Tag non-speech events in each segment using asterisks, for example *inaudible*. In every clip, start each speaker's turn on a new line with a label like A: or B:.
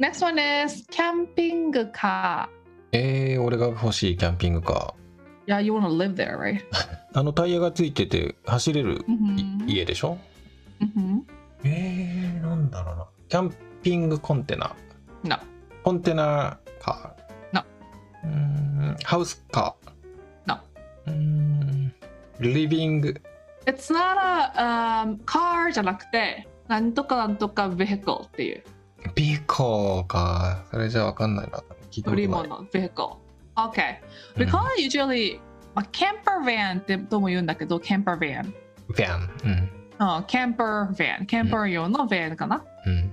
A: Next one is camping car.
B: えー、俺が欲しいキャンピングカ
A: Yeah, you want to live there, *laughs* right?
B: ー。あのタイヤがついてて走れるい
A: Mhm.
B: 家でしょ
A: Mhm.
B: えー、なんだろうな。キャンピングコンテナ。
A: No.
B: コンテナカー。
A: No.
B: うーん、ハウスカー。
A: No.
B: うーん、リビング。
A: It's not a um, car じゃなくて、なんとかなんとか vehicle っていう
B: ビコーか。それじゃわかんないな。聞いた
A: 乗
B: ことない
A: り物 vehicle。Okay.
B: う
A: We
B: ん
A: call it usually まあ camper van ってとも言うんだけど、camper van。
B: van。うん。
A: うん、camper van。camper 用の van かな。
B: うん。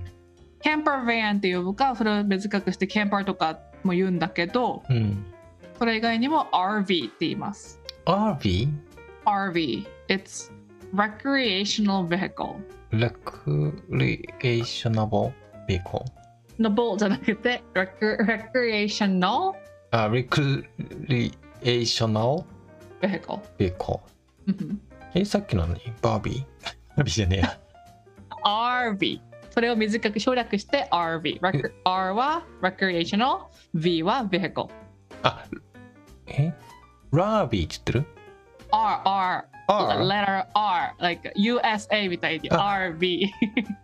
A: camper van って呼ぶか、それを短くして camper とかも言うんだけど、
B: うん。
A: それ以外にも RV って言います。
B: RV?
A: RV. It's recreational vehicle.
B: レクリエーショナブルビコー。
A: のボじゃなくて、rec- recreational
B: あ、レクリエーショナ
A: vehicle. Mm-hmm.
B: ルビコ
A: うん
B: ー。え、さっきの何バービーバービーじゃねえや。
A: RV。それを短く省略して RV。Rec- R は recreational、V は vehicle。
B: あ、えラービーって言ってる
A: R、R、
B: ?R?
A: letter R、like USA みたいに
B: あ
A: RV。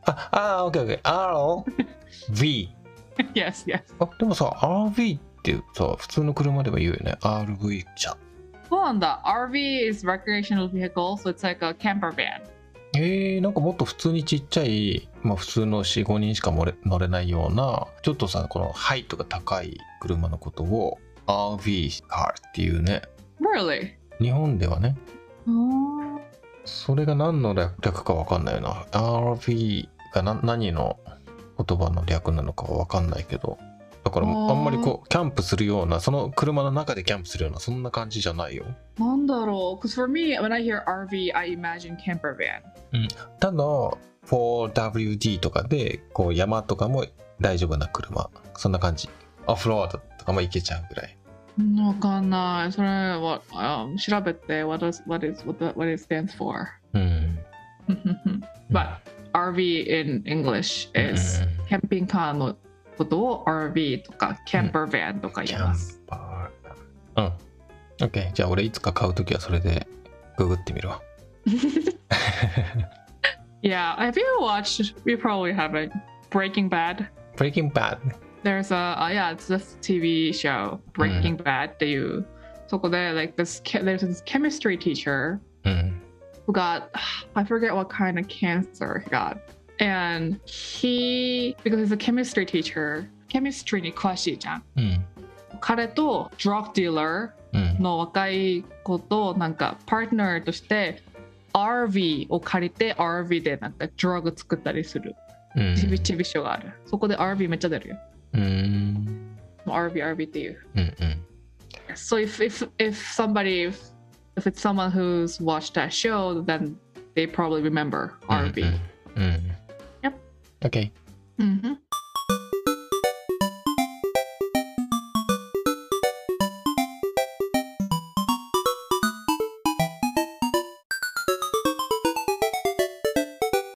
B: あ、あ、オッケーオッケー。R? V?
A: *laughs* yes, yes.
B: あ、でもさ、RV ってさ、普通の車では言うよね。RV じゃん。
A: そうなんだ。RV is recreational vehicle, so it's like a camper van.
B: えー、なんかもっと普通にちっちゃい、まあ普通の4、5人しか乗れ乗れないような、ちょっとさ、このハイトが高い車のことを RV カーっていうね。
A: Really?
B: 日本ではね、
A: Oh.
B: それが何の略略かわかんないな。RV がな何の言葉の略なのかはわかんないけど。だから
A: あー
B: あんまりこう、キャンプするような、その車の中でキャンプするような、そんな感じじゃないよ。
A: なんだろう Because for me, when I hear RV, I imagine camper van.
B: ただ 4WD とかでこう山とかも大丈夫な車そんな感じオフロードとかも行けちゃうぐらい
A: わかんない。それは、あ調べて、what, does, what, is, what, the, what it stands for. *laughs*
B: うん
A: But RV in English
B: うんうん
A: is、キャンピングカーのことを RV とか camper van とか
B: キ
A: 言い
B: ャ
A: ま
B: ン
A: す。
B: パーうん OK じゃあ俺いつか買うときはそれでググってみる *laughs* わ
A: yeah, have you watched, you probably haven't, Breaking Bad?
B: Breaking Bad
A: There's a uh, yeah, it's this TV show Breaking Bad っていうそこで like this che- there's this chemistry teacher
B: うん
A: who got I forget what kind of cancer he got and he because he's a chemistry teacher chemistry に詳しいじゃん
B: うん
A: 彼と drug dealer
B: うん
A: の若い子となんかパートナーとして RV を借りて RV でなんか drug 作ったりする
B: うん
A: ちびちびショーがあるそこで RV めっちゃ出るよ
B: うん Mm-hmm.
A: RV RV っていう
B: うんうん、
A: so if if if somebody if, if it's someone who's watched that show then
B: Hmm, Mm-hmm.
A: they probably remember
B: うん
A: RV
B: うんうん
A: Yep
B: OK
A: うん